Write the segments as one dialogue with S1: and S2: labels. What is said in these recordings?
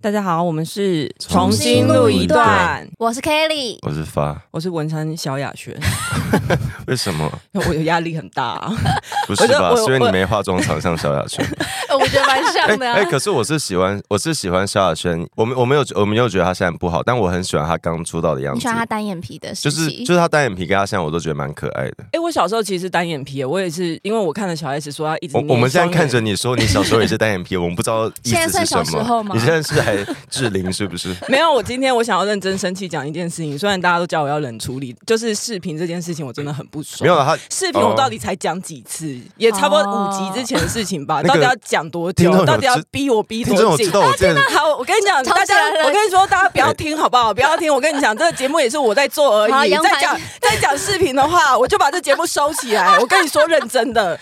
S1: 大家好，我们是
S2: 重新录一段，
S3: 我是 Kelly，
S2: 我是发，
S1: 我是文山小雅轩，
S2: 为什么？
S1: 我有压力很大、啊，
S2: 不是吧？
S1: 我就我
S2: 是因为你没化妆，长像萧 亚轩。
S3: 呃我觉得蛮像的、啊
S2: 哎、可是我是喜欢，我是喜欢萧亚轩。我们我没有，我没有觉得她现在不好，但我很喜欢她刚出道的样
S3: 你
S2: 子
S3: 喜欢。他单眼皮的
S2: 就
S3: 时
S2: 是
S3: 期，
S2: 就是她单眼皮跟她现在，我都觉得蛮可爱的。
S1: 哎、我小时候其实单眼皮耶，我也是因为我看了小 S 说她一直
S2: 我
S1: 捏
S2: 我们现在看着
S1: 双眼，
S2: 你说你小时候也是单眼皮，我们不知道意
S3: 现在
S2: 思是
S3: 算
S2: 什
S3: 小时候
S2: 么。
S3: 吗
S2: 你现在是还志玲是不 是？
S1: 没有。我今天我想要认真生气讲一件事情，虽然大家都叫我要冷处理，就是视频这件事情我真的很不爽。
S2: 没有，啊她
S1: 视频我到底才讲几次，也差不多五集之前的事情吧。
S2: 哦那个
S1: 到底要讲多
S2: 听
S1: 久
S2: 众有？
S1: 到底要
S2: 知
S1: 逼我逼
S2: 听众
S1: 多
S2: 我
S1: 久
S2: 知？道我之前
S1: 好，我跟你讲，
S3: 吵
S1: 大
S3: 起
S1: 家
S3: 来了，
S1: 我跟你说，大家不要 听好不好？不要听，我跟你讲，这个节目也是我在做而
S3: 好
S1: 已。
S3: 杨
S1: 再
S3: 凡
S1: 讲 再讲视频的话，我就把这节目收起来。我跟你说，认真的，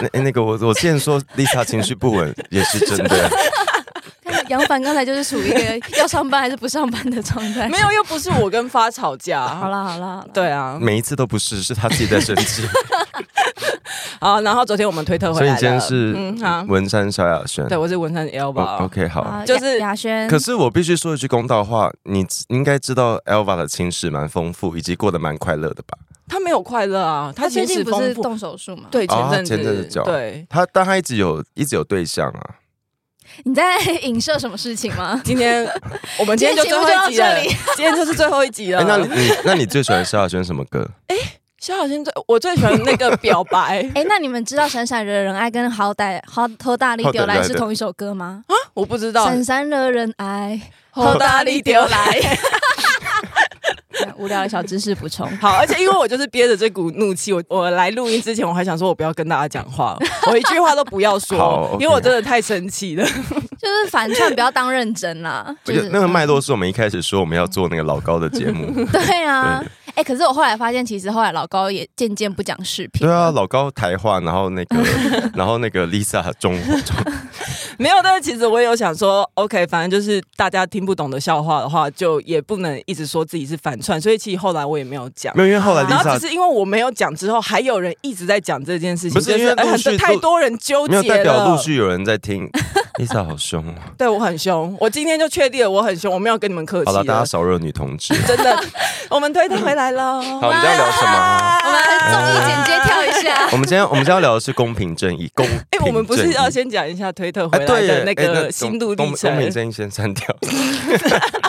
S2: 那哎那个我我之前说 Lisa 情绪 不稳也是真的。
S3: 看杨凡刚才就是处于 一个要上班还是不上班的状态。
S1: 没有，又不是我跟发吵架。
S3: 好，啦好啦，好啦，
S1: 对啊，
S2: 每一次都不是，是她自己在生 气。
S1: 好，然后昨天我们推特回
S2: 所以
S1: 来
S2: 你
S1: 了，
S2: 今天是
S1: 嗯好，
S2: 文山萧亚轩。
S1: 对，我哦是文山 L 吧。
S2: o k 好。
S3: 好，
S1: 就是
S3: 啊雅雅轩，
S2: 可是我必须说一句公道话，你应该知道 Elva 的情史蛮丰富，以及过得蛮快乐的吧？
S1: 他没有快乐啊，他
S3: 他最
S1: 情
S3: 近
S1: 史
S3: 不是
S1: 丰富。
S3: 动手术吗？，
S1: 对，前
S2: 啊
S1: 阵子，
S2: 前阵子讲
S1: 对，
S2: 她，但她一直有一直有对象啊。
S3: 你在 影射什么事情吗？
S1: 今 天我们今天就
S3: 今天
S1: 最
S3: 节目
S1: 后
S3: 就到
S1: 一集了
S3: 这里，
S1: 今天就是最后一集
S2: 哎、
S1: 了。
S2: 那你你那你最喜欢萧亚轩什么 歌？
S1: 萧小仙最我最喜欢那个表白，
S3: 哎，那你们知道《闪闪惹人爱》跟《好歹好偷大力丢来》是同一首歌吗？
S1: 我不知
S3: 《
S1: 道
S3: 闪闪惹人爱
S1: 好大力丢来。》
S3: 对， 无聊的小知识补充。
S1: 好，而且因为我就是憋着这股怒气，我我来录音之前，我还想说我不要跟大家讲话，我一句话都不要
S2: 好
S1: 说，
S2: ，OK
S1: 因为我真的太生气了。
S3: 就是反串不要当认真啦，
S2: 我
S3: 就
S2: 觉
S3: 是。
S2: 得
S1: 嗯
S2: 那个脉络是我们一开始说我们要做那个老高的节 目
S3: 对啊，哎、可是我后来发现，其实后来老高也渐渐不讲视频。
S2: 对啊，老高台话，然 后那个，然后那个 Lisa 中中，
S1: 没有，但是其实我也有想说，OK，反正就是大家听不懂的笑话的话，就也不能一直说自己是反串，所以其实后来我也没有讲。
S2: 没有，因为后来
S1: 然后
S2: Lisa
S1: 啊只是因为我没有讲，之后还有人一直在讲这件事情，
S2: 不是
S1: 就是
S2: 因为
S1: 哎
S2: 陆
S1: 很
S2: 续
S1: 多太
S2: 陆
S1: 多人纠
S2: 没有代
S1: 结
S2: 表陆
S1: 了。
S2: 续有人在听 ，Lisa 好凶 哦。
S1: 对我很凶，我今天就确定了，我很凶，我没有跟你们客气
S2: 好了，大家
S1: 了。
S2: 少惹女同志。
S1: 真的，啊我们推特回来了。
S2: 好，我们今天要聊什么？
S3: 我们综艺剪接跳一下，
S2: 我们今天我们今天要聊的是公平正义，公平
S1: 哎、
S2: 正义。
S1: 我们不是要先讲一下推特回
S2: 哎，
S1: 来
S2: 对耶
S1: 的那
S2: 哎那
S1: 个
S2: 东
S1: 心路
S2: 东
S1: 历程？
S2: 东 明真先删掉。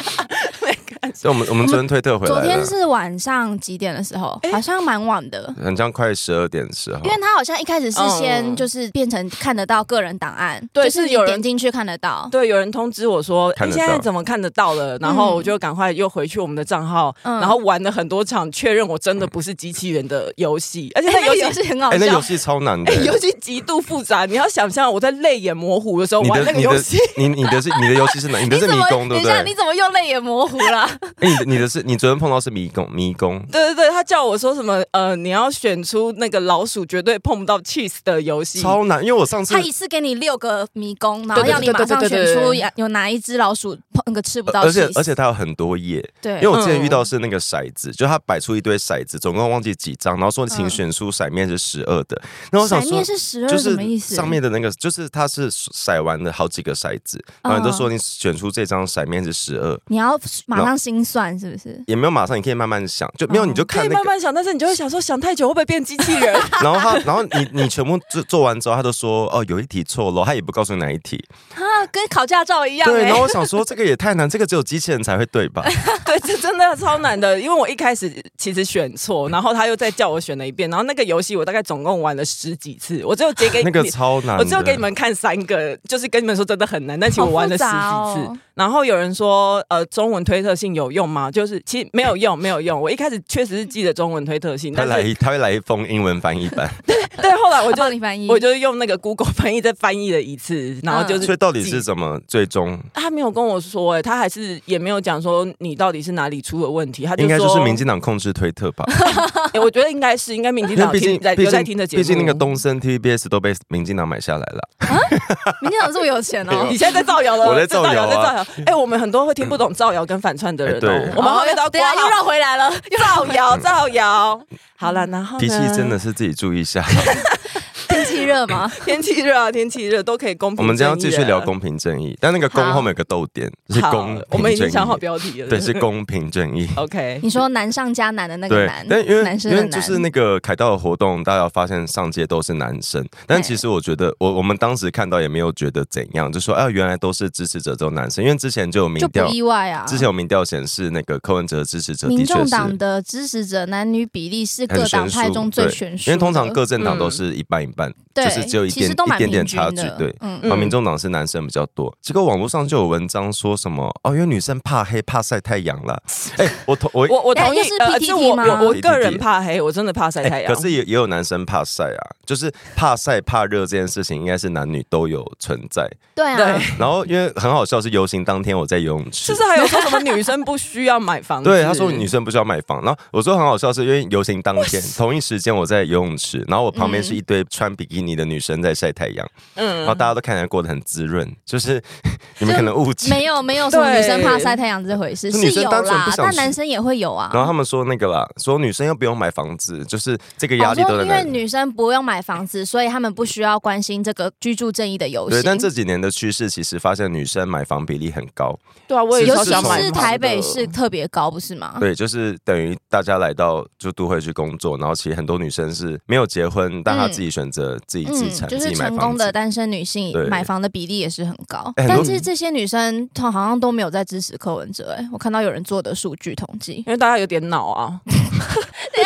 S2: 所以我们我们昨天推特回
S3: 昨
S2: 来
S3: 天
S2: 了，
S3: 是晚上几点的时候，好像蛮晚的。
S2: 很像快十二点的时候
S3: 因。为他好像一开始是
S1: 嗯
S3: 先就是变成看得到个人档案，
S1: 对
S3: 就是是你
S1: 有人
S3: 点进去看得到。
S1: 对，有人通知我说，
S2: 看
S1: 你
S2: 得
S1: 现在
S2: 到
S1: 怎么看得到了？然后我就赶快又回去我们的账号，
S3: 嗯
S1: 然后玩了很多场，确认我真的不是机器人的游戏，而且
S3: 哎
S1: 那
S3: 那
S1: 游
S3: 个
S1: 戏
S3: 游。 戏很好
S2: 哎，那
S3: 笑
S2: 游，戏超难的
S1: 哎。游戏极度复杂，你要想象我在泪眼模糊的时候
S2: 你
S1: 玩
S2: 的
S1: 那个
S2: 你
S1: 游
S2: 的
S1: 戏，
S2: 你你的是你的游戏是 哪？你的是迷
S3: 怎么？
S2: 宫对
S3: 等
S2: 不
S3: 一
S2: 对？
S3: 下，你怎么又泪眼模糊 了？
S2: 哎，你的你的是你昨天碰到是迷宫迷宫。
S1: 对对对，他叫我说什么呃，你要选出那个老鼠绝对碰不到 cheese 的游戏，
S2: 超难，因为我上次
S3: 他一次给你六个迷宫，然后
S1: 对对
S3: 要你马上
S1: 对对
S3: 选
S1: 对对
S3: 出
S1: 对
S3: 有哪一只老鼠碰那个吃不到
S2: 呃而且
S3: cheese
S2: 而且它有很多页，
S3: 对，
S2: 因为我之前
S1: 嗯
S2: 遇到是那个骰子，就他摆出一堆骰子，总共忘记几张，然后说请选出骰面是十二的，然后我想
S3: 嗯骰
S2: 说
S3: 面。是十
S2: 就
S1: 呃
S3: 二，什
S2: 是
S3: 么意思？
S2: 上面的那个，就是它是骰完的好几个骰子，
S1: 嗯
S2: 然后你就说你选出这张骰面是十二，
S3: 你要马上心算是不是？
S2: 也没有马上，你可以慢慢想，就没有
S3: 嗯
S2: 你就
S1: 哦可
S2: 看
S1: 以
S2: 那
S1: 慢
S2: 个，
S1: 慢想，但是你就会想说想太久会不会变机器人？
S2: 然后他，然后你你全部做做完之后，他就说哦有一题错了，他也不告诉你哪一题，
S3: 啊，跟考驾照一样
S2: 对，
S1: 欸
S3: 哎、
S2: 然后我想说这个也太难，这个只有机器人才会对吧？
S1: 对，这真的超难的，因为我一开始其实选错，然后他又再叫我选了一遍，然后那个游戏我大概总共玩了十几次，我只有截 给
S2: 那个
S1: 你
S2: 超难的，
S1: 我只有给你们看三个，就是跟你们说真的很难，但其实我玩了十几次。
S3: 好复杂哦
S1: 然后有人说，呃，中文推特性有用吗？就是其实没有用，没有用。我一开始确实是记得中文推特性，
S2: 他
S1: 但
S2: 来
S1: 是
S2: 一他会来一封英文翻译版，
S1: 对后来我
S3: 我
S1: 就
S3: 帮你翻译，
S1: 我就用那个 Google 翻译再翻译了一次，然后
S3: 嗯
S1: 就是、
S2: 所以到底是怎么最终
S1: 他没有跟我说、哎，他还是也没有讲说你到底是哪里出了问题，他就
S2: 应
S1: 说
S2: 该就是民进党控制推特 吧？
S1: 哎我觉得应该是，应该民进
S2: 因为
S1: 党
S2: 毕竟
S1: 听在
S2: 毕
S1: 有在
S2: 竟
S1: 听的节目。
S2: 毕竟那个东森 TVBS 都被民进党买下来了。
S3: 明天怎么这么 有钱哦
S1: 你？现在在造谣了，
S2: 我在造谣啊
S1: 在造谣。哎、我们很多会听不懂造谣跟反串的人、
S2: 哎
S1: 哦，
S2: 对
S1: 我们后面都要
S3: 哦等一
S1: 挂
S3: 下又绕回来了，又绕
S1: 造谣造谣。好了，然后呢
S2: 脾气真的是自己注意一下。
S3: 脾气气热 吗？
S1: 天气热啊，天气热都可以公平、
S2: 我们今天要继续聊。公平正义，但那个公后面有个逗点，就是
S1: 好
S2: 公平正义。
S1: 我们已经想好标题了。
S2: 对，是哎公平正义。
S1: OK，
S3: 你说难上加难的那个
S2: 对
S3: 难，，
S2: 但因为
S3: 男生
S2: 因
S3: 的
S2: 为
S3: 难，
S2: 就是那个凯道的活动，大家有发现上届都是男生，但
S3: 对
S2: 其实我觉得我我们当时看到也没有觉得怎样，就说啊，原来都是支持者都是男生，因为之前就有民
S3: 就
S2: 调
S3: 不，意外啊。
S2: 之前有民调显示那个柯文哲的支持者的
S3: 民
S2: 确
S3: 众
S2: 是
S3: 党的支持者男女比例是
S2: 很
S3: 各党
S2: 悬
S3: 派
S2: 殊
S3: 中最
S2: 对
S3: 悬殊的，
S2: 因为通常各政党
S1: 嗯
S2: 都是一半一半，
S3: 对
S2: 就是只有一
S3: 其实
S2: 点
S3: 都
S2: 一
S3: 蛮
S2: 点点
S3: 平
S2: 差
S3: 均
S2: 距
S3: 的，，
S2: 对。
S3: 嗯
S1: 嗯
S2: 啊，民众党是男生比较多。结果网络上就有文章说什么哦，因为女生怕黑怕晒太阳 啦。哎、我同我
S1: 我我同意
S3: 哎又是，
S1: 是
S3: PTT
S1: 我
S3: 吗
S1: 我我个人
S2: PTT
S1: 怕黑，我真的怕晒
S2: 哎
S1: 太阳。
S2: 可是也也有男生怕晒啊，就是怕晒怕热这件事情，应该是男女都有存 在。
S3: 对啊
S1: 对，，
S2: 然后因为很好笑，是游行当天我在游泳
S1: 是
S2: 池
S1: 不。是还有说什么女生不需要买房子？
S2: 对，他说女生不需要买房。然后我说很好笑，是因为游行当天同一时间我在游泳池，然后我旁边是一堆穿比基尼的女生在晒太阳，然后
S1: 嗯，
S2: 大家都看起来过得很滋润，就是 你们可能误解。
S3: 没有没有什么
S1: 对
S3: 女生怕晒太阳这回事，
S2: 就是女生
S3: 有
S2: 单纯不
S3: 啦，
S2: 想
S3: 但
S2: 去
S3: 男生也会有啊。
S2: 然后他们说那个啦，说女生又不用买房子，就是这个压
S3: 哦
S2: 力都
S3: 说
S2: 在
S3: 因
S2: 那
S3: 为
S2: 里。
S3: 女生不用买房子，所以他们不需要关心这个居住正义的游
S2: 对，
S3: 行。
S2: 但这几年的趋势其实发现女生买房比例很高，
S1: 对啊，我也
S2: 是
S3: 尤
S1: 超
S3: 其
S1: 想买
S3: 是
S1: 房的
S3: 台北市特别高，不是吗？
S2: 对，就是等于大家来到就都会去工作，然后其实很多女生是没有结婚，但她自己选择自己资产、
S3: 嗯就
S2: 自
S3: 是
S2: 己买
S3: 成
S2: 房
S3: 功的
S2: 子。
S3: 单身女性
S2: 对
S3: 买房的比例也是很高，
S2: 哎很多
S3: 但是这些女生她好像都没有在支持柯文哲、哎，我看到有人做的数据统 计，
S1: 因为大家有点恼啊。
S2: 嗯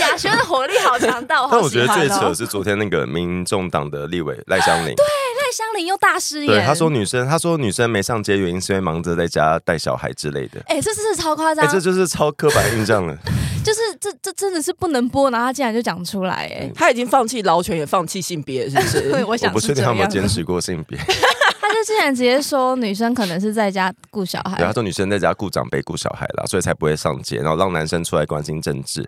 S3: 亚轩的火力好强大，我
S2: 但
S3: 好
S2: 我
S3: 喜
S2: 觉得
S3: 欢
S2: 最扯
S3: 哦
S2: 的。是昨天那个民众党的立委赖香
S3: 啊
S2: 林，
S3: 赖香林又大失
S2: 对
S3: 言，
S2: 他说女生，他说女生没上街原因是因为忙着在家带小孩之类的，：“
S3: 哎、这真是超夸
S2: 哎、
S3: 张，
S2: 这就是超刻板印象了。
S3: 就是这这真的是不能播，然后他竟然就讲出来、哎、
S1: 他已经放弃劳权，也放弃性别，是不
S3: 对，
S1: 是？
S3: 我
S2: 哎我
S3: 想
S2: 不
S3: 是
S2: 确
S3: 这
S2: 定他
S3: 样
S2: 有没有坚持过性别，
S3: 他就竟然直接说女生可能是在家顾小
S2: 对，他
S3: 孩，
S2: 说女生在家顾长辈、顾小孩啦，所以才不会上街，然后让男生出来关心政 治。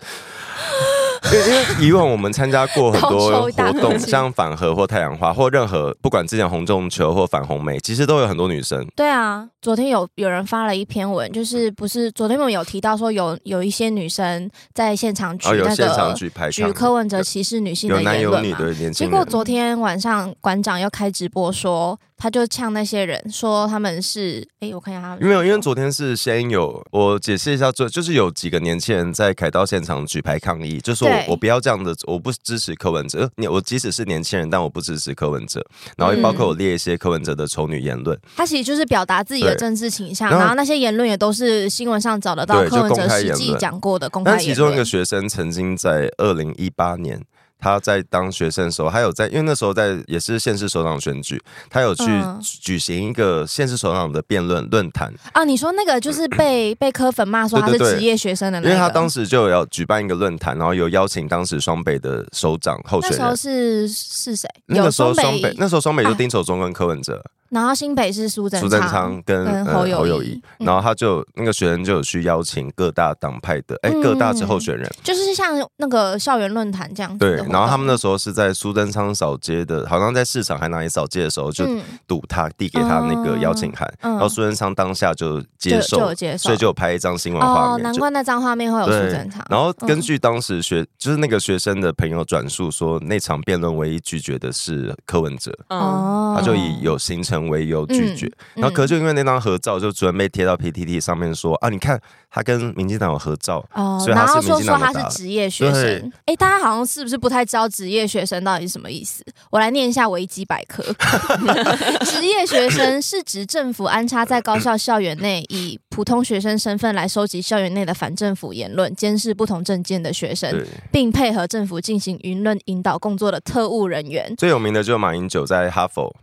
S2: 因为因为以往我们参加过很
S3: 倒抽
S2: 多
S3: 一大
S2: 活
S3: 口
S2: 动，
S3: 气
S2: 像反核或太阳花或任何，不管之前红中球或反红梅，其实都有很多女生。
S3: 对啊，昨天有有人发了一篇文，就是不是昨天我们有提到说有有一些女生在现场举
S2: 然后哦有
S3: 那
S2: 现场
S3: 个
S2: 举牌
S3: 举
S2: 抗
S3: 柯文哲歧视女性
S2: 有
S3: 的
S2: 男
S3: 言
S2: 有
S3: 论
S2: 女
S3: 嘛。
S2: 的年
S3: 结
S2: 轻
S3: 果
S2: 人，
S3: 昨天晚上馆长又开直播说，他就呛那些人说他们是，哎，我看一下他们
S2: 因为因为昨天是先有我解释一下，就就是有几个年轻人在凯道现场举牌抗议，就说我
S3: 对
S2: 我不要这样的，我不支持柯文哲。呃你我即使是年轻人，但我不支持柯文哲。然后也
S3: 嗯
S2: 包括我列一些柯文哲的丑女言论。
S3: 他其实就是表达自己的
S2: 对
S3: 政治倾向，
S2: 然后
S3: 然后那些言论也都是新闻上找得到
S2: 对
S3: 柯文
S2: 就
S3: 哲
S2: 公开
S3: 实
S2: 言
S3: 际
S2: 论
S3: 讲过的公
S2: 但
S3: 开
S2: 其
S3: 言
S2: 中一个
S3: 论。
S2: 学生曾经在二零一八年，他在当学生的时候，他有在，因为那时候在也是县市首长选举，他有去
S3: 嗯
S2: 举行一个县市首长的辩论论坛，
S3: 啊，你说那个就是 被被柯粉骂说他是
S2: 对对对
S3: 职业学生的那
S2: 因
S3: 个，
S2: 为他当时就有要举办一个论坛，然后有邀请当时双北的首长候
S3: 那
S2: 选
S3: 时候
S2: 人。
S3: 是是谁？
S2: 啊那
S3: 有
S2: 个时候双
S3: 北
S2: 北，，那时候双北就
S3: 啊
S2: 丁守中跟柯文哲、
S3: 然后新北是苏贞
S2: 苏贞昌跟
S3: 跟
S2: 呃
S3: 侯友
S2: 友
S3: 宜
S2: 谊，
S3: 嗯
S2: 然后他就那个学生就有去邀请各大党派的，哎、各大候选人，
S3: 就是像那个校园论坛这样子
S2: 对
S3: 嗯的活，动
S2: 然后他们那时候是在苏贞昌扫街的，好像在市场还哪里扫街的时候，就
S3: 嗯
S2: 赌他递给他那个邀请函，
S3: 嗯
S2: 然后苏贞昌当下就接
S3: 就
S2: 受，
S3: 就有接受，
S2: 所以就有拍一张新闻画
S3: 哦，
S2: 面。
S3: 难
S2: 就
S3: 怪那张画面会有苏
S2: 对
S3: 贞昌。嗯
S2: 然后根据当时学，就是那个学生的朋友转述说，那场辩论唯一拒绝的是柯文哲，
S1: 嗯，
S2: 他
S3: 哦
S2: 就以有行程为由拒绝。
S3: 嗯
S2: 然后可就因为那张合照，就主任被贴到 PTT 上面说啊，你看他跟民进党有合照，
S3: 哦，
S2: 所以他
S3: 然
S2: 是
S3: 后
S2: 民
S3: 说
S2: 进
S3: 说
S2: 党的
S3: 他
S2: 打
S3: 是职业学
S2: 对
S3: 生，哎，大家好像是不是不太知道职业学生到底是什么意思？我来念一下维基百 科： 职业学生是指政府安插在高校校园内，以普通学生身份来收集校园内的反政府言论，监视不同政见的学生，
S2: 对。
S3: 并配合政府进行舆论引导工作的特务人员。
S2: 最有名的就是马英九在哈佛，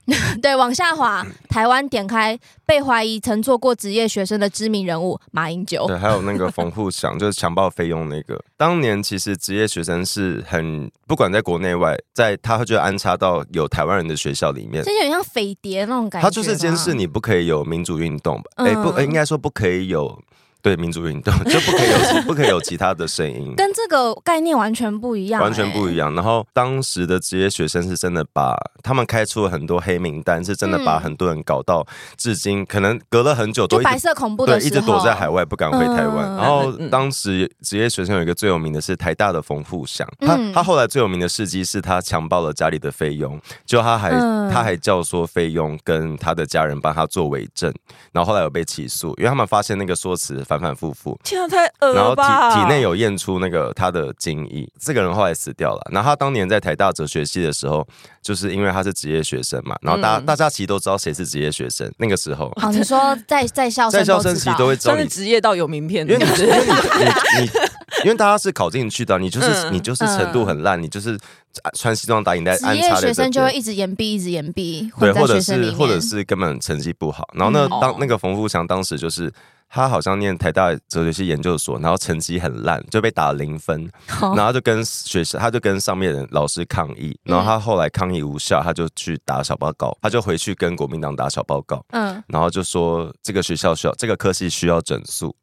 S3: 对，往下滑，台湾点开被怀疑曾做过职业学生的知名人物马英九。
S2: 对，还有那个冯富祥， 就是强暴费用那个。当年其实职业学生是很，不管在国内外，在他会就安插到有台湾人的学校里面，
S3: 这有点像匪谍那种感觉
S2: 他
S3: 吗，
S2: 就是监视你不可以有民主运动吧？哎、
S3: 嗯
S2: 不，呃应该说不可以有对民族运动， 就不可以有其不可以有其他的声音，
S3: 跟这个概念完全不一样、
S2: 嗯
S3: 欸
S2: 完全不
S3: 样。
S2: 一样。然后当时的职业学生是真的把他们开出了很多黑名单，是真的把
S3: 嗯
S2: 很多人搞到至今，可能隔了很久都
S3: 就
S2: 一直
S3: 白色恐怖
S2: 对
S3: 的时
S2: 一
S3: 候，啊
S2: 直躲在海外不敢回台湾。
S3: 嗯
S2: 然后
S1: 嗯嗯
S2: 当时职业学生有一个最有名的是台大的冯富祥，他、
S3: 嗯
S2: 他后来最有名的事迹是他强暴了家里的菲佣，就他还、
S3: 嗯
S2: 他还教唆菲佣跟他的家人帮他做伪证，然后后来有被起诉，因为他们发现那个说辞反反复复，
S1: 天啊，太恶
S2: 然后
S1: 了吧！
S2: 体体内有验出那个他的精液，这个人后来死掉了。然后他当年在台大哲学系的时候，就是因为他是职业学生嘛，然后大家、
S1: 嗯
S2: 大家其实都知道谁是职业学生。那个时候，
S3: 哦，你说在在校
S2: 在校生
S3: 知
S2: 其实
S3: 道
S2: 都会知道
S1: 算
S2: 你
S1: 是，职业到有名片，
S2: 因为你
S1: 是不
S2: 因
S1: 是
S2: 为你你你，因为大家是考进去的，啊你就是、
S1: 嗯
S2: 你就是程度很烂，你就是啊穿西装打领带，
S3: 职
S2: 安
S3: 业
S2: 插在
S3: 学
S2: 这
S3: 生就会
S2: 边。
S3: 一直延毕，一直延毕，
S2: 对，
S3: 混在
S2: 或者
S3: 学生里
S2: 是
S3: 面，
S2: 或者是根本成绩不好，然后呢，
S1: 嗯
S2: 当
S1: 哦
S2: 那个冯富强当时就是他好像念台大哲学系研究所，然后成绩很烂，就被打零分，
S3: 好
S2: 然后就跟学生，他就跟上面的老师抗议，然
S3: 嗯
S2: 后他后来抗议无效，他就去打小报告，他就回去跟国民党打小报告，
S3: 嗯，
S2: 然后就说这个学校需要这个科系需要整肃，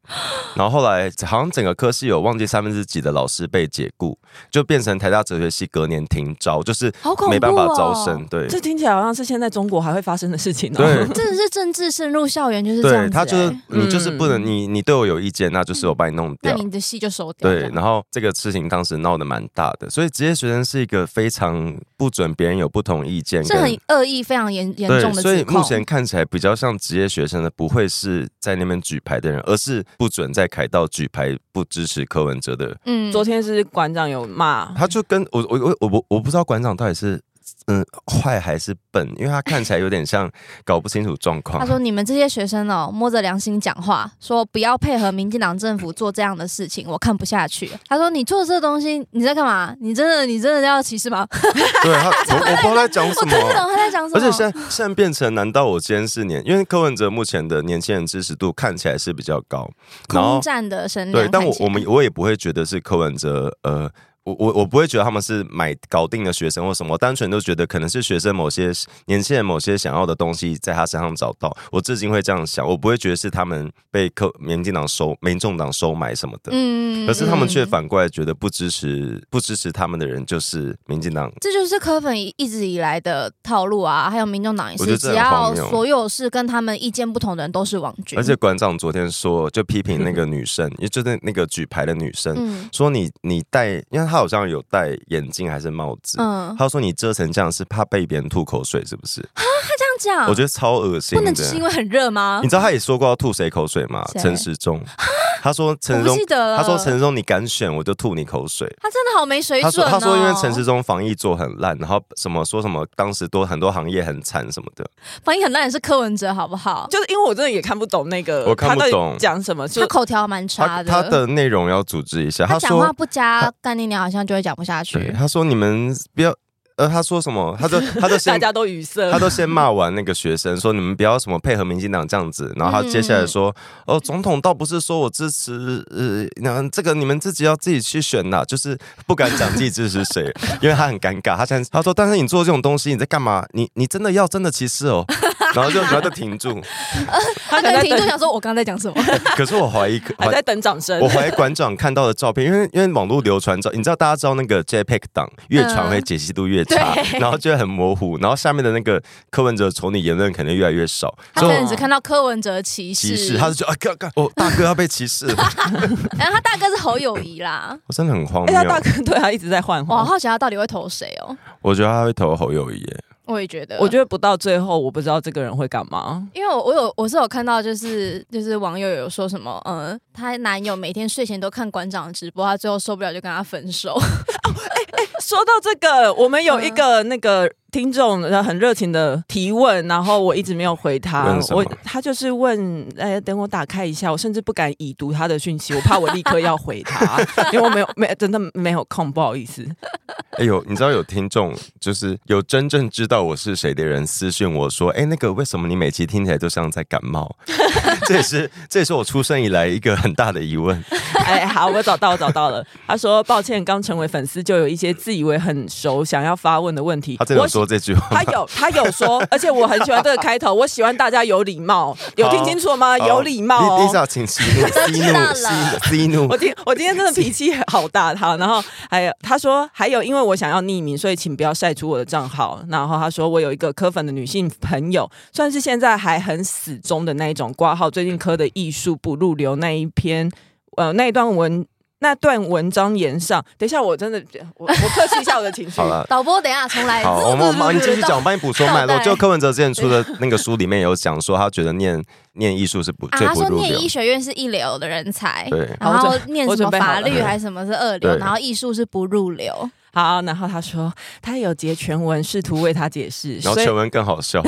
S2: 然后后来好像整个科系有忘记三分之几的老师被解雇，就变成台大哲学系隔年停招，就是
S3: 好恐怖哦
S2: 没办法招生，对
S1: 这听起来好像是现在中国还会发生的事情哦。
S2: 对。
S3: 真的是政治深入校园就是这样
S2: 对
S3: 子、
S2: 他就是
S3: 哎
S2: 你就是不能你你对我有意见，那就是我把你弄
S3: 那
S2: 掉。
S3: 你的戏就收掉，这
S2: 对，
S3: 样
S2: 然后这个事情当时闹得蛮大的，所以职业学生是一个非常不准别人有不同意见跟，
S3: 是很恶意、非常严严重的
S2: 所以
S3: 指控。
S2: 目前看起来比较像职业学生的，不会是在那边举牌的人，而是不准在凯道举牌不支持柯文哲的人。
S3: 嗯
S1: 昨天是馆长有骂，
S2: 他就跟我我我我我我不知道馆长到底是嗯坏还是笨，因为他看起来有点像搞不清楚状况
S3: 他。说：“你们这些学生哦，摸着良心讲话，说不要配合民进党政府做这样的事情，我看不下去。”他说：“你做这东西，你在干嘛？你真的你真的要歧视吗？”
S2: 对他，我我不知道在讲
S3: 我
S2: 什
S3: 真不
S2: 么。
S3: 懂他在讲什
S2: 而
S3: 么。
S2: 且现在现在变成，难道我今天是年？因为柯文哲目前的年轻人支持度看起来是比较高，然后
S3: 空战的声量
S2: 对，
S3: 看起来，
S2: 但我我们我也不会觉得是柯文哲，呃，我我我不会觉得他们是买搞定的学生或什么，我单纯就觉得可能是学生某些年轻人某些想要的东西在他身上找到，我至今会这样想，我不会觉得是他们被柯民进党收民众党收买什么的，
S3: 嗯
S2: 可是他们却
S3: 嗯
S2: 反过来觉得不支持不支持他们的人就是民进党，
S3: 这就是柯粉一直以来的套路啊，还有民众党也
S2: 我觉
S3: 是，
S2: 得这
S3: 只
S2: 很荒
S3: 要
S2: 谬
S3: 所有是跟他们意见不同的人都是王军，
S2: 而且馆长昨天说就批评那个女生， 也就是那个举牌的女生，
S3: 嗯
S2: 说你你戴，因为她好像有戴眼镜还是帽子，
S3: 嗯，
S2: 他说你遮成这样是怕被别人吐口水，是不是？
S3: 这样讲，
S2: 我觉得超恶心
S3: 不
S2: 的。
S3: 能只是因为很热吗
S2: 你？知道他也说过要吐谁口水吗？
S3: 哦谁
S2: 陈时 中，他说陈时
S3: 我不
S2: 中
S3: 记，得了。
S2: 他说陈时中你敢选我就吐你口水。
S3: 他真的好没水
S2: 他
S3: 准
S2: 说他
S3: 哦。
S2: 说因为陈时中防疫做很烂，然后什么说什么当时多很多行业很惨什么的，
S3: 反应很烂也是柯文哲，好不好？
S1: 就是因为我真的也看不懂那个，
S2: 我看不懂
S1: 他到底讲什么，就
S3: 他口条蛮
S2: 他
S3: 差
S2: 他的内容要组织一下。
S3: 他
S2: 他
S3: 讲话
S2: 说
S3: 不加干你娘，好像就会讲不下
S2: 对，
S3: 去。
S2: 他说你们不要呃，他说什 么？他就他就
S1: 大
S2: 先
S1: 家都语塞
S2: 他。都先骂完那个学生，说你们不要什么配合民进党这样子，然后他接下来说，
S1: 嗯
S2: 哦，总统倒不是说我支持，呃，那这个你们自己要自己去选啦，就是不敢讲自己支持 谁，因为他很尴尬，他现在他说，但是你做这种东西你在干嘛？你你真的要真的歧视哦，然后就然后就 停住，
S1: 他
S3: 他
S1: 可能
S3: 跟
S1: 在
S3: 听众
S1: 等，
S3: 想说，我刚刚在讲什么？
S2: 可是我怀疑，
S1: 还在等掌声
S2: 我。怀疑馆长看到的照片，因为因为网络流传照，你知道大家知道那个 JPEG 档越传会解析度越差，
S3: 嗯对
S2: 然后就会很模糊，然后下面的那个柯文哲丑女言论可能越来越少，
S3: 他
S2: 所
S3: 可
S2: 以
S1: 真的
S2: 我
S3: 能只看到柯文哲歧
S2: 歧
S3: 视，
S2: 视，他就觉得啊，干干，我大哥要被歧视了，
S3: 然后哎他大哥是侯友谊啦。
S2: 我真的很荒
S1: 哎，
S2: 谬。
S1: 他大哥对他一直在换
S3: 我
S1: 话。
S3: 好奇他到底会投谁哦？
S2: 我觉得他会投侯友谊耶，
S3: 我也觉得，
S1: 我觉得不到最后，我不知道这个人会干嘛。
S3: 因为我我有我是有看到，就是就是网友有说什么，嗯，她男友每天睡前都看馆长的直播，她最后受不了就跟他 分手。
S1: 说到这个，我们有一个那个听众呃很热情的提问，然后我一直没有回他
S2: 问。什么
S1: 我他就是问，哎，等我打开一下，我甚至不敢已读他的讯息，我怕我立刻要回 他，因为我没有没真的没有空，不好意思。
S2: 哎呦，你知道有听众就是有真正知道我是谁的人私讯我说，哎，那个为什么你每期听起来都像在感冒？ 这也是这也是我出生以来一个很大的疑问。
S1: 哎，好，我找到，我找到了。他说：“抱歉，刚成为粉丝就有一些自以为很熟，想要发问的问题。
S2: 他真的有说这句话吗？
S1: 他有，他有说，而且我很喜欢这个开头，我喜欢大家有礼貌，有听清楚了
S3: 啊
S1: 吗？
S2: 好
S1: 有礼貌哦。
S2: 丽丽莎，请息 怒，息
S3: 知道
S2: 怒，
S3: 了
S2: 息息怒
S1: 我。今我今天真的脾气好大，他，然后还有他说还有，因为我想要匿名，所以请不要晒出我的账号。然后他说我有一个科粉的女性朋友，算是现在还很死忠的那一种挂号，最近科的艺术不入流那一篇，呃那一段文那段文章言上，等一下我真的我我克制一下我的情绪
S2: 好。了。
S3: 导播，等一下重来。
S2: 好，我们忙，你继续
S3: 啊
S2: 讲，我帮你补充脉络。
S3: 对
S2: 就柯文哲之前出的那个书里面有讲说，他觉得念念艺术是不
S3: 啊，
S2: 最
S3: 他
S2: 不
S3: 说
S2: 入
S3: 念哎
S2: 流
S3: 医。学院是一流的人才，
S2: 对，
S3: 然
S1: 好
S3: 后
S1: 我
S3: 念
S1: 我
S3: 什
S1: 准
S3: 么
S1: 备好
S3: 法
S1: 了
S3: 律还是什么是二流，
S2: 对
S3: 然后艺术是不入流。
S1: 好，然后他说他有截全文，试图为他解释，
S2: 然后
S1: 所以
S2: 全文更好 笑，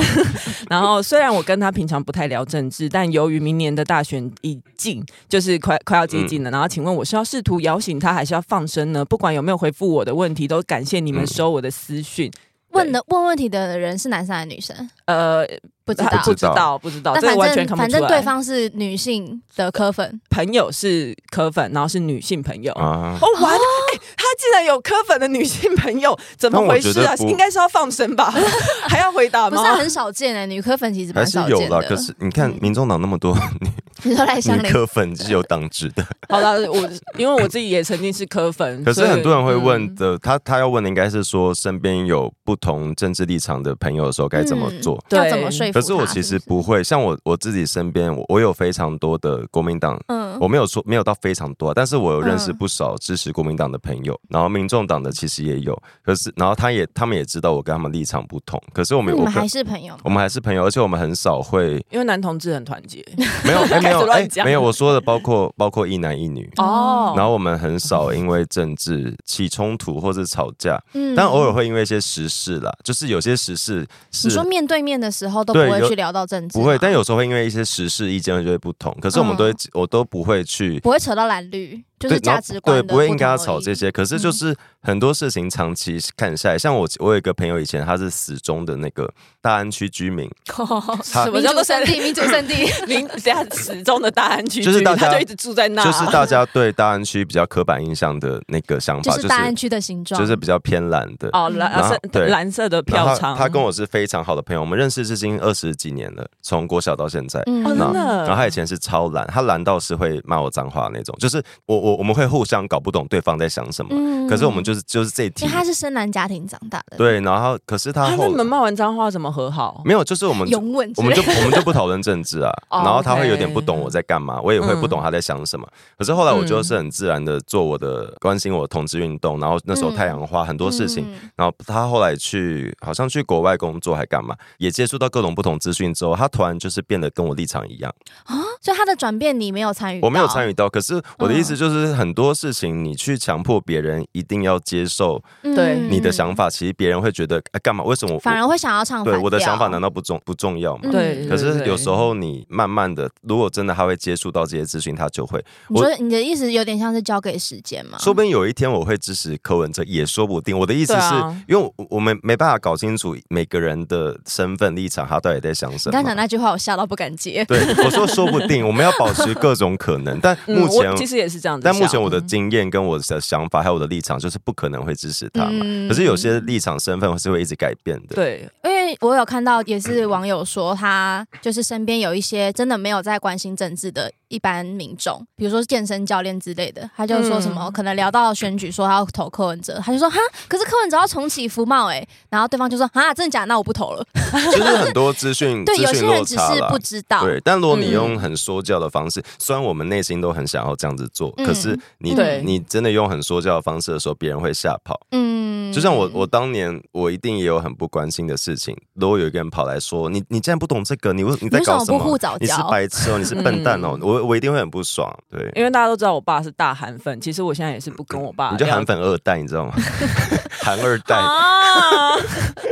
S1: 然后虽然我跟他平常不太聊政治，但由于明年的大选已近，就是快快要接
S2: 嗯
S1: 近了。然后请问我是要试图摇醒他，还是要放生呢？不管有没有回复我的问题，都感谢你
S2: 嗯
S1: 们收我的私讯。
S3: 问的问问题的人是男生还是女生？
S1: 呃，
S3: 不知道，
S2: 不
S1: 不知道，不知道，
S3: 但
S1: 这个完全
S3: 反
S1: 看
S3: 正
S1: 不出
S3: 反
S1: 来。
S3: 正对方是女性的科粉，
S1: 朋友是科粉，然后是女性朋友。
S2: 啊，
S1: 哦，完了！哎、他竟然有科粉的女性朋友，怎么
S2: 但我
S1: 回
S2: 觉
S1: 事
S2: 得
S1: 啊？
S2: 不
S1: 应该是要放生吧？ 还要回答
S3: 不
S1: 吗？
S3: 是很少见哎，女科粉其实
S2: 还
S3: 蛮
S2: 是
S3: 少
S2: 有
S3: 见
S2: 啦。
S3: 的。嗯
S2: 可是你看，民众党那么多
S3: 你说赖香
S2: 女
S3: 林，
S2: 科粉是有党职的，
S1: 好了，我因为我自己也曾经是科粉，
S2: 可是
S1: 所以
S2: 很多人会问
S3: 嗯
S2: 的，他他要问的应该是说，身边有不同政治立场的朋友的时候该怎么
S3: 嗯
S2: 做。
S3: 要
S1: 对
S3: 怎么说服他？
S2: 可是我其实
S3: 是不是
S2: 不会，像我我自己身边，我我有非常多的国民党
S3: 嗯
S2: 我没有说没有到非常多啊，但是我有认识
S3: 嗯
S2: 不少支持国民党的朋友，然后民众党的其实也有，可是然后他也他们也知道我跟他们立场不同，可是我
S3: 那
S2: 们
S3: 你
S2: 我
S3: 们
S2: 跟
S3: 还是朋友吗？
S2: 我们还是朋友，而且我们很少会
S1: 因为男同志很团结。
S2: 没 有哎、
S1: 开
S2: 没有
S1: 始
S2: 哎、
S1: 乱讲
S2: 没有我说的包括包括一男一女，
S1: 哦
S2: 然后我们很少因为政治起冲突或者吵架，
S3: 嗯
S2: 但偶尔会因为一些时事啦，就是有些时事是
S3: 你说面对面的时候都不
S2: 对
S3: 会
S2: 有
S3: 去聊到政治吗，啊嗯
S2: 不会，但有时候会因为一些时事意见就会不同，可是我们都会、我都不会去
S3: 不会扯到蓝绿，就
S2: 对，
S3: 是
S2: 然
S3: 价
S2: 后
S3: 值观
S2: 对，
S3: 的
S2: 不会应该要
S3: 同而
S2: 吵
S3: 已嗯
S2: 这。些。可是就是很多事情长期看下来，像我，我有一个朋友以前他是死忠的那个大安区居 民， 他
S1: 什么
S3: 民
S1: 叫
S3: 主
S1: 做三
S3: 圣地，民主 圣地，
S1: 零下始终的大安区居，
S2: 就是大家
S1: 他就一直住在那，
S2: 就是大 家对大安区比较刻板印象的那个想
S3: 就
S2: 法，
S3: 是
S2: 就
S3: 大安
S2: 是
S3: 区的形状，
S2: 就是比较偏蓝的。
S1: 哦蓝
S2: 然后
S1: 啊
S2: 对
S1: 是蓝色的
S2: 然后
S1: 票
S2: 他
S1: 仓。
S2: 他跟我是非常好的朋友，我们认识至今二十几年了，从国小到现在。
S3: 嗯
S1: 哦，真
S2: 那
S1: 的，
S2: 然后他以前是超蓝，他蓝到是会骂我脏话那种，就是我我我们会互相搞不懂对方在想什么，
S3: 嗯
S2: 可是我们就是就是这一题
S3: 因为，他是深蓝家庭长大的，，
S2: 对，然后可是他
S1: 啊那
S2: 后
S1: 你们骂完脏话怎么和好？
S2: 没有，就是我们
S3: 拥吻之
S2: 我
S3: 类
S2: 们
S3: 的，
S2: 就我们就不讨论政 治啊，
S1: 哦
S2: 然后他会
S1: OK
S2: 有点不懂我在干嘛，我也会不
S3: 嗯
S2: 懂他在想什么。可是后来我就是很自然的做我的关心我的同志运动，然后那时候太阳花很多事情，
S3: 嗯
S2: 然后他后来去好像去国外工作还干嘛，也接触到各种不同资讯之后，他突然就是变得跟我立场一样，
S3: 所以他的转变你没有参与，
S2: 我没有参
S3: 与，
S2: 与到。可是我的
S3: 嗯
S2: 意思就是很多事情你去强迫别人一定要接受
S1: 对
S3: 嗯
S2: 你的想，法，其实别人会觉得哎干嘛？为什么
S3: 反
S2: 我
S3: 而会想要唱反
S2: 对我的
S3: 调
S2: 想法难道不重不重要吗？
S3: 嗯
S1: 对，
S2: 可是
S1: 对
S2: 有时，候你慢慢的，如果真的他会接触到这些资讯，他就会，
S3: 你说你的意思有点像是交给时间嘛？
S2: 说不定有一天我会支持柯文哲，也说不定。我的意思
S1: 对
S2: 是，
S1: 啊
S2: 因为我我们没办法搞清楚每个人的身份立场，他到底在想
S3: 你
S2: 什
S3: 刚讲
S2: 么。
S3: 那句话，我吓到不敢接。
S2: 对，我说说不 定，我们要保持各种可能。但
S1: 对
S2: 目前
S1: 嗯我，其实也是这样子想。
S2: 但目前我的经验跟我的想法还有我的立场，就是不可能会支持他嘛。
S3: 嗯
S2: 可是有些立场身份是会一直改变的。
S1: 对
S3: 因为我有看到，也是网友说他就是身边有一些真的没有在关心政治的一般民众，比如说健身教练之类的，他就说什么、可能聊到选举，说他要投柯文哲，他就说哈，可是柯文哲要重启服贸哎、欸然后对方就说哈，真的假的？那我不投了。
S2: 就是很多资讯
S3: 对，
S2: 嗯资
S3: 有
S2: 讯
S3: 些
S2: 落
S3: 人只
S2: 差
S3: 是
S2: 啦。
S3: 不知道，
S2: 对，但如果你
S1: 嗯
S2: 用很说教的方式，虽然我们内心都很想要这样子做，
S3: 嗯
S2: 可是你
S1: 对
S2: 你真的用很说教的方式的时候，别人会吓跑。
S3: 嗯
S2: 就像我，我当年我一定也有很不关心的事情，如果有一个人跑来说你你竟然不懂这个，你为你在
S3: 你为什
S2: 搞
S3: 么
S2: 什
S3: 不
S2: 么
S3: 护？早
S2: 你是
S3: 教？
S2: 白痴哦，你是笨蛋哦，
S1: 嗯
S2: 我我一定会很不爽。对，
S1: 因为大家都知道我爸是大韩粉，其实我现在也是不跟我爸
S2: 你就
S1: 聊
S2: 韩粉二代，你知道吗？韩二代，
S1: 啊。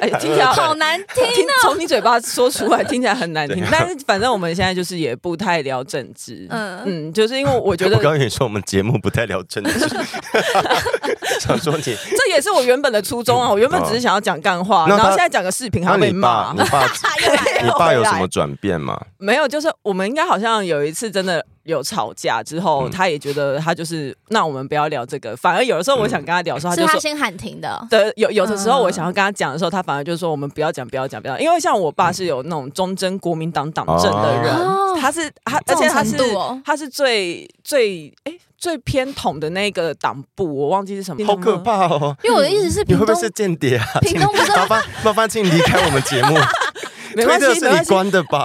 S1: 哎，今天
S3: 好难听。
S1: 听从你嘴巴说出来，听起来很难听
S2: 对啊。
S1: 但是反正我们现在就是也不太聊政治，
S3: 嗯
S1: 嗯，就是因为我觉
S2: 我
S1: 得
S2: 刚刚跟你说我们节目不太聊政治，想说你
S1: 这也也是我原本的初衷啊，我原本只是想要讲干话，
S2: 嗯那
S1: 然
S2: 他
S1: 后现在讲个视频还
S2: 那
S1: 要被
S2: 你爸，
S1: 骂
S2: 你。爸，你爸有什么转变吗？
S1: 没有，就是我们应该好像有一次真的有吵架之后，
S2: 嗯
S1: 他也觉得他就是那我们不要聊这个，反而有的时候
S2: 嗯
S1: 我想跟他聊的时候，他
S3: 是
S1: 就
S3: 他
S1: 说。
S3: 先喊停的。哦
S1: 对，有有的时候
S3: 嗯
S1: 我想要跟他讲的时候，他反而就说我们不要讲，不要讲，不要讲，因为像我爸是有那种忠贞国民党党政的
S2: 嗯
S1: 人，
S3: 哦
S1: 他是他，
S3: 这
S1: 而
S3: 种
S1: 且他是、
S3: 程度哦
S1: 他是最最哎、最偏统的那个党部，我忘记是什么，
S2: 好可！怕哦！
S3: 因为我的意思是，
S2: 你
S3: 屏
S2: 会不
S3: 东
S2: 会是间谍啊？
S3: 屏东不是
S2: 麻烦麻烦，请你离开我们节目。
S1: 没
S2: 推
S1: 关系
S2: 特，是
S1: 没
S2: 你
S1: 关系，
S2: 关的吧？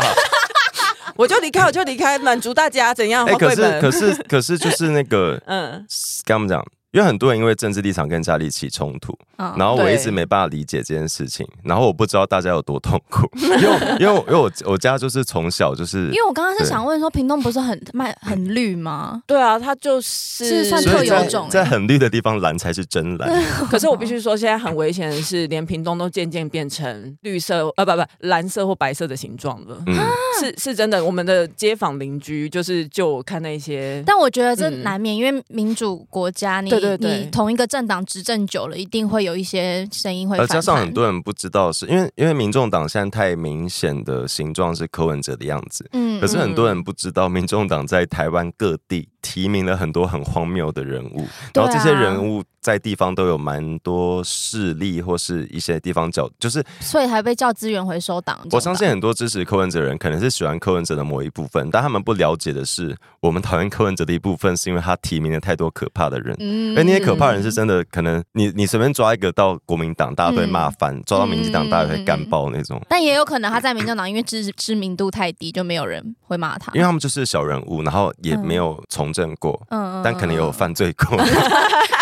S1: 我就离开，我就离开，满足大家怎样？
S2: 哎，
S1: 花
S2: 可
S1: 贵
S2: 是
S1: 本，
S2: 可是可是就是那个
S1: 嗯，
S2: 跟他们讲，因为很多人因为政治立场跟家里起冲突，
S3: 嗯
S2: 然后我
S1: 对
S2: 一直没办法理解这件事情，然后我不知道大家有多痛 苦，因为我因为我因为我我家就是从小就是
S3: 因为我刚刚是
S2: 对
S3: 想问说，屏东不是很卖很绿吗？
S1: 对啊，他就是
S3: 是算
S2: 所
S3: 特
S2: 以
S3: 有
S2: 在
S3: 种欸
S2: 在很绿的地方蓝才是真 蓝，
S1: 可是我必须说，现在很危险的是，连屏东都渐渐变成绿色，呃，不不，蓝色或白色的形状了。
S2: 嗯，
S1: 是是真的，我们的街坊邻居就是就我看那些，
S3: 但我觉得这
S1: 嗯
S3: 难免，因为民主国家，你
S1: 对对对
S3: 你同一个政党执政久了，一定会有一些声音会
S2: 而呃
S3: 反
S2: 加
S3: 弹。
S2: 上很多人不知道是因为因为民众党现在太明显的形状是柯文哲的样子。
S3: 嗯，
S2: 可是
S1: 嗯
S2: 很多人不知道，民众党在台湾各地提名了很多很荒谬的人物，然后这些
S3: 对啊
S2: 人物在地方都有蛮多势力或是一些地方角，就是
S3: 所以还被叫资源回收党。
S2: 我相信很多支持柯文哲的人可能是喜欢柯文哲的某一部分，但他们不了解的是，我们讨厌柯文哲的一部分是因为他提名了太多可怕的人。
S3: 嗯
S2: 而那些哎可怕的人是真的，可能你你随便抓一个到国民党，大家都会骂翻；
S3: 嗯
S2: 抓到民进党，大家会干爆那种。
S3: 但也有可能他在民政党，因为知知名度太低，就没有人会骂他。
S2: 因为他们就是小人物，然后也没有从政过，
S3: 嗯
S2: 但可能有。犯罪 过。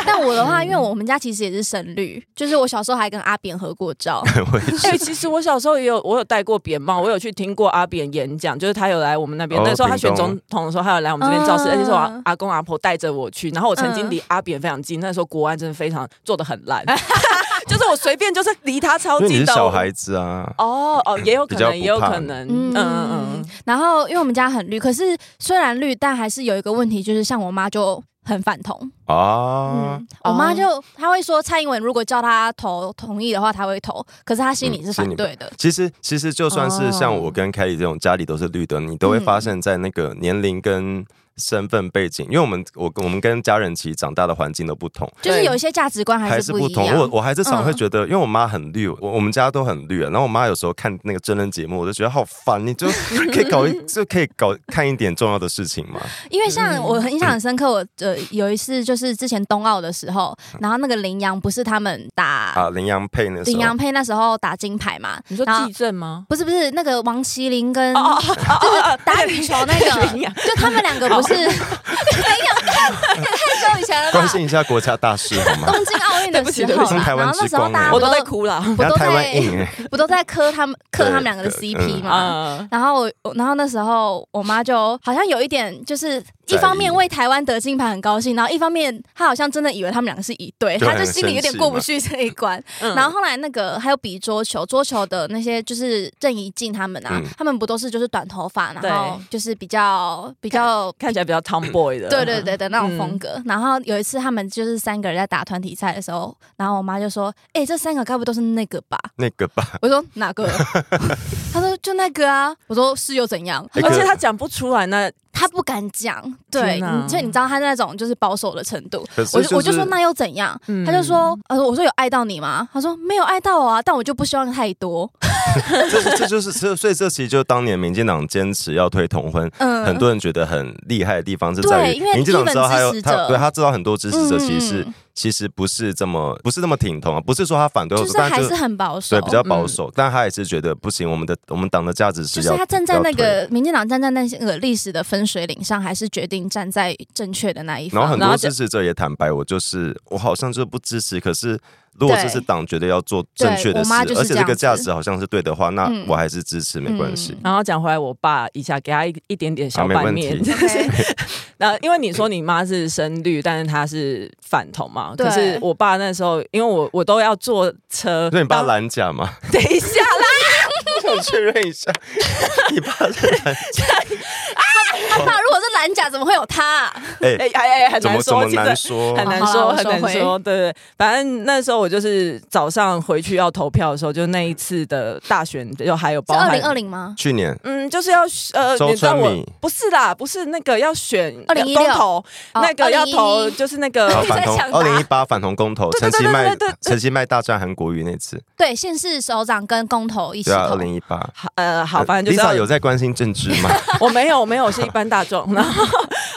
S3: 但我的话，因为我们家其实也是省绿，就是我小时候还跟阿扁合过照。
S2: 我也
S1: 哎、其实我小时候也有，我有戴过扁帽，我有去听过阿扁演讲，就是他有来我们那边，
S2: 哦
S1: 那时候他
S2: 屏
S1: 选
S2: 东
S1: 总统的时候，他有来我们这边造势，
S3: 嗯
S1: 而且是我阿阿公阿婆带着我去，然后我曾经
S3: 嗯
S1: 离阿扁非常近，那时候国安真的非常做的很烂， 就是我随便就是离他超
S2: 因为你
S1: 近
S2: 是
S1: 的。
S2: 小孩子啊，
S1: 哦哦，也有可
S2: 比较
S1: 能，
S2: 不
S1: 也有
S2: 怕
S1: 可能，
S3: 嗯
S1: 嗯嗯
S3: 嗯
S1: 嗯，
S3: 然后因为我们家很绿，可是虽然绿，但还是有一个问题，就是像我妈就很反同。
S2: 啊，
S3: 嗯，我妈就她会说，蔡英文如果叫她投同意的话，她会投，可是她心里是反对
S1: 嗯
S3: 的。
S2: 其实，其实就算是像我跟凯莉这种家里都是绿的，你都会发现，在那个年龄跟身份背景，因为我们我我们跟家人其实长大的环境都不同，
S3: 就是有一些价值观还是不
S2: 不
S3: 一
S2: 同。
S3: 样。嗯
S2: 我我还是常会觉得，因为我妈很绿，我我们家都很绿啊。然后我妈有时候看那个真人节目，我就觉得好烦，你就 可以搞一就可以搞看一点重要的事情 嘛。
S3: 因为像
S1: 嗯
S3: 我很印象很深刻，我呃有一次就是之前冬奥的时候，然后那个羚羊不是他们打
S2: 嗯啊，羚羊配那时
S3: 羚羊
S2: 候，
S3: 配那时候打金牌嘛，
S1: 你说
S3: 然后
S1: 地震吗？
S3: 不是不是那个王麒麟跟
S1: 哦哦哦哦，
S3: 打羽球那 个，就他们两个不是羚羊，太久以前了吧
S2: 关？心一下国家大事好吗？
S3: 东京奥运
S1: 对
S3: 的
S1: 不起
S3: 时
S1: 对
S3: 候
S1: 不
S2: 起
S3: 啦，然后那时候大家
S1: 我都在哭了
S3: 我
S2: 人家
S3: 都
S2: 台
S3: 在
S2: 湾硬哎，
S3: 我都在磕他们磕他们两个的
S2: 对
S3: CP
S2: 嗯
S3: 嘛。
S1: 啊！
S3: 然后我，我然后那时候我妈就好像有一点，就是一方面为台湾得金牌很高兴，然后一方面她好像真的以为他们两个是一对，
S2: 对
S3: 她就心里有点过不去这一关。
S1: 嗯
S3: 然后后来那个还有比桌球，桌球的那些就是郑怡静他们啊，
S2: 嗯
S3: 他们不都是就是短头发，
S1: 对
S3: 然后就是比较比较
S1: 看起来比较 tomboy 的，嗯
S3: 对对对的那种风格。然后有一次他们就是三个人在打团体赛的时候，然后我妈就说：“哎、这三个该不都是那个吧？”
S2: 那个吧，
S3: 我说哪个？ 他说就那个啊。我说是又怎样？
S2: 哎
S1: 而且
S2: 可
S1: 他讲不出来那
S3: 他不敢讲，对，
S1: 天哪
S3: 你所以你知道他那种就是保守的程度。
S2: 可是
S3: 我就我就是说那又怎样？
S1: 嗯
S3: 他就说，呃，我说有爱到你吗？他说没有爱到我啊，但我就不希望太多。
S2: 这 这就是这，所以这其实就是当年民进党坚持要推同婚，
S3: 嗯，
S2: 很多人觉得很厉害的地方是
S3: 对
S2: 在于
S3: 因为
S2: 民进党知道他
S3: even 支
S2: 有
S3: 持
S2: 他
S3: 者
S2: 对他知道很多支持者其实是、
S3: 嗯
S2: 其实不是这么不是那么挺同啊，不是说他反对或
S3: 就
S2: 者
S3: 是
S2: 但
S3: 还
S2: 就是
S3: 很保守，嗯
S2: 对比较保守，但他也是觉得不行，我们的我们党的价值
S3: 就是是
S2: 要
S3: 他站在
S2: 要
S3: 那
S2: 推
S3: 个民进党站在那些个历史的分水岭上，还是决定站在正确的那一
S2: 然后
S3: 方
S2: 很。
S1: 然
S2: 多
S1: 后就
S2: 支持者也坦白，我就是我好像就不支持，可是如果
S3: 对
S2: 这是党觉得要做正确
S3: 对我
S2: 的事
S3: 妈就，是
S2: 而且
S3: 这
S2: 这
S3: 样
S2: 个价
S3: 子
S2: 值好像是对的话，那
S3: 嗯
S2: 我还是支持，没关 系。
S3: 嗯
S1: 然后讲回来，我爸一下给他一一点点小拌面
S2: 啊没问题。
S3: OK，
S1: 那、因为你说你妈是深绿，但是她是反同嘛。
S3: 对
S1: 可是我爸那时候，因为我我都要坐车，
S2: 那你爸
S1: 当，
S2: 蓝甲吗？
S1: 等一下啦，
S2: 我想确认一下，你爸是蓝甲？
S3: 那如果是蓝甲，怎么会有他啊？
S1: 哎
S2: 哎，
S1: 哎哎，很
S2: 怎么
S1: 难
S2: 怎
S1: 说，
S2: 么
S1: 其实
S2: 难说？
S1: 很难
S3: 好好
S1: 说，
S3: 好
S1: 很
S3: 收
S1: 难
S3: 回
S1: 说。对对，对反正那时候我就是早上回去要投票的时候，就那一次的大选，就还有
S3: 是
S1: 包
S3: 二
S1: 含
S3: 零二零吗？
S2: 去年
S1: 嗯，就是要呃，
S2: 周
S1: 你知道
S2: 春
S1: 我
S2: 米
S1: 不是啦，不是那个要选
S3: 2016
S1: 公投，
S3: 哦
S1: 那个要投
S3: 2011
S1: 就是那个
S2: 然后
S3: 你
S2: 反
S3: 在
S2: 同
S3: 抢答
S2: 二零一八反同公投，
S1: 对
S2: 陈
S1: 对
S2: 其
S1: 对对
S2: 迈
S1: 对对
S2: 陈其迈大战韩国瑜那次，
S3: 对，县市首长跟公投一起
S2: 对啊，
S3: 投
S2: 二。零一八。
S1: 呃，好，反正就是
S2: Lisa
S1: 要
S2: 有在关心政治吗？
S1: 我没有，我没有，我是一般大众。然后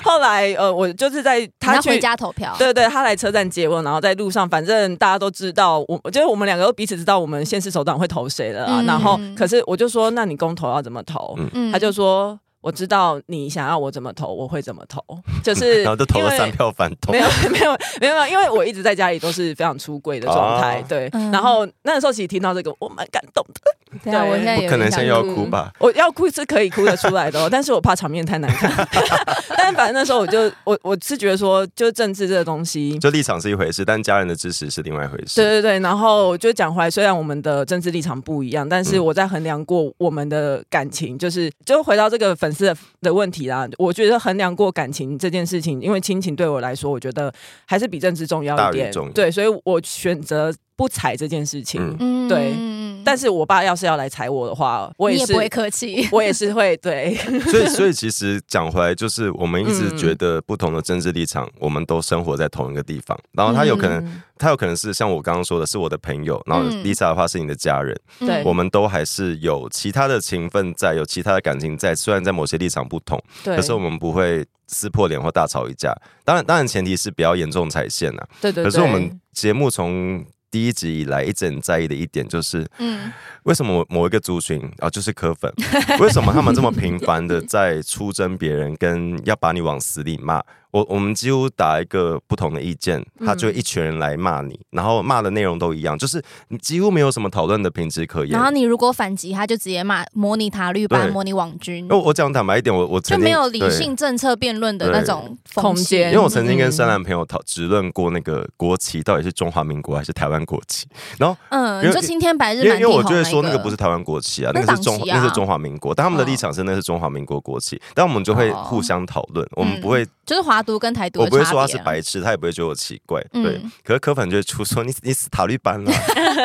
S1: 后来呃，我就是在
S3: 你
S1: 他
S3: 要
S1: 去
S3: 回家投票，
S1: 对对，他来车站接我，然后在路上，反正大家都知道，我我觉得我们两个都彼此知道我们县市首长会投谁了啊。
S3: 嗯
S1: 然后，可是我就说，那你公投要怎么投？
S2: 嗯
S3: 嗯
S1: 他就说，我知道你想要我怎么投，我会怎么投，就 是
S2: 然后就投了
S1: 因为
S2: 三票反同
S1: 没。有 没有没有，没有，因为我一直在家里都是非常出柜的状态，
S2: 哦
S1: 对。
S3: 嗯
S1: 然后那时候其实听到这个，我蛮感动的。
S3: 对啊，
S1: 对
S3: 我现在
S2: 不
S3: 有
S2: 可能
S3: 点想
S2: 先要哭吧？
S1: 我要哭是可以哭得出来 的、哦，但是我怕场面太难看。 但反正那时候我就我我是觉得说，就是政治这个东西。
S2: 就立场是一回事，但家人的支持是另外一回事。
S1: 对对对，然后我就讲回来，虽然我们的政治立场不一样，但
S2: 嗯
S1: 是我在衡量过我们的感情，就是就回到这个粉丝的的问题啦。我觉得衡量过感情这件事情，因为亲情对我来说，我觉得还是比政治重要
S2: 大
S1: 一
S2: 于
S1: 点
S2: 重要。
S1: 对，所以我选择不踩这件事情。
S2: 嗯
S3: 嗯
S1: 对
S3: 嗯嗯
S1: 但是我爸要是要来踩我的话，我
S3: 你
S1: 也
S3: 也
S1: 是，
S3: 不会客气。
S1: 我也是会对，
S2: 所以，所以其实讲回来，就是我们一直
S1: 嗯
S2: 觉得不同的政治立场，我们都生活在同一个地方。然后他有可能，
S1: 嗯
S2: 他有可能是像我刚刚说的，是我的朋友；然后
S3: 嗯
S2: Lisa 的话是你的家人。
S1: 对
S2: 我们都还是有其他的情分在，有其他的感情在。虽然在某些立场不同，
S1: 对，
S2: 可是我们不会撕破脸或大吵一架。当然，当然前提是不要严重踩线啊。
S1: 对对对，
S2: 可是我们节目从第一集以来一直很在意的一点就是，
S3: 嗯，
S2: 为什么某一个族群啊，就是科粉， 为什么他们这么频繁的在出征别人，跟要把你往死里骂？我我们几乎打一个不同的意见，
S1: 嗯
S2: 他就一群人来骂你，然后骂的内容都一样，就是你几乎没有什么讨论的品质可言
S3: 然。后你如果反击，他就直接骂模拟塔绿班、
S2: 对
S3: 模拟网军，
S2: 我我讲坦白一点，我我
S3: 就
S2: 曾经
S3: 没有理。
S2: 对
S3: 性政策辩论的那种
S1: 空
S3: 风气
S1: 间
S2: 因为我曾经跟
S1: 嗯
S2: 深蓝朋友讨直论过那个国旗到底是中华民国还是台湾国旗，然后
S3: 嗯，
S2: 因为
S3: 你就今天白日
S2: 因为
S3: 满
S2: 因
S3: 地
S2: 为
S3: 红
S2: 我就会说那个
S3: 个
S2: 不是台湾国旗啊，
S3: 那
S2: 那个是中
S3: 党旗啊
S2: 那是中华民国，但他们的立场是那是中华民国国旗，但我们就会
S3: 哦
S2: 互相讨论，我们不会
S3: 就是华独跟台独
S2: 我
S3: 的差
S2: 不
S3: 别
S2: 会
S3: 啊，
S2: 说他是白痴，他也不会觉得我奇怪，
S3: 嗯
S2: 对。可是柯粉就会出说你你死塔利班了，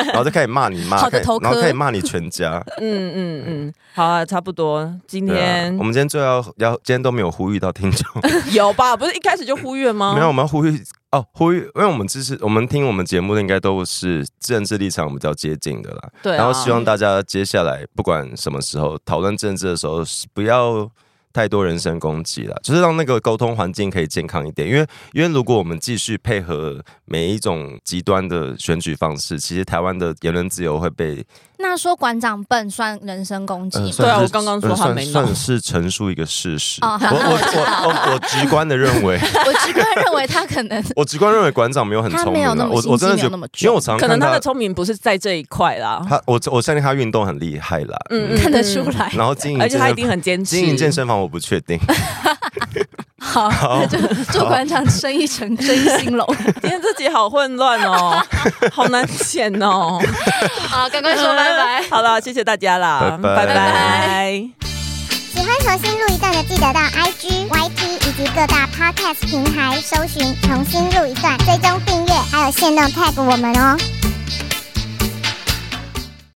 S2: 然后就开始骂你骂，
S3: 好的
S2: 开始
S3: 头科
S2: 然后开始骂你全 家。
S1: 嗯嗯嗯，好啊，差不多，今
S2: 对啊，
S1: 天
S2: 我们今天最后要要今天都没有呼吁到听众，
S1: 有吧？不是一开始就忽略吗？
S2: 没有，我们要呼吁哦，呼吁，因为我们支持我们听我们节目的应该都是政治立场比较接近的啦。
S1: 对啊，
S2: 然后希望大家接下来不管什么时候讨论政治的时候，不要太多人身攻击了，就是让那个沟通环境可以健康一点。因为因为如果我们继续配合每一种极端的选举方式，其实台湾的言论自由会被
S3: 那说馆长笨算人身攻击
S2: 呃
S3: 吗？
S1: 对啊
S2: 算是
S1: 我刚刚说
S2: 呃
S1: 他
S2: 算
S1: 没脑
S2: 算是陈述一个事实。我
S3: 哦好那我知道
S2: 我我我我直观的认为，
S3: 我直观认为他可 能
S2: 我直观认为馆长没有很
S3: 他
S2: 聪
S3: 没
S2: 明
S3: 有那
S2: 啊，
S3: 么
S2: 我
S3: 心
S2: 我
S3: 机
S2: 真的
S3: 没
S2: 觉
S3: 有
S2: 得因为
S3: 那，么重
S2: 我常
S1: 可
S2: 看
S1: 能他
S2: 他
S1: 的聪明不是在这一块啦。
S2: 他我我相信他运动很厉害啦，
S1: 嗯
S2: 嗯，
S3: 看得出来。
S2: 然后经营
S1: 而且他一
S2: 健身
S1: 定很坚持。
S2: 经营健身房我不确定。
S3: 好，那就祝馆长生意成，生意兴隆。
S1: 今天自己好混乱 哦，好难剪哦。
S3: 好，赶快说拜拜。
S1: 好了，谢谢大家啦，
S2: 拜拜
S1: 拜拜
S4: 喜欢重新录一段的，记得到 IG、YT 以及各大 Podcast 平台搜寻“重新录一段”，追踪订阅，还有限定 tag 我们哦。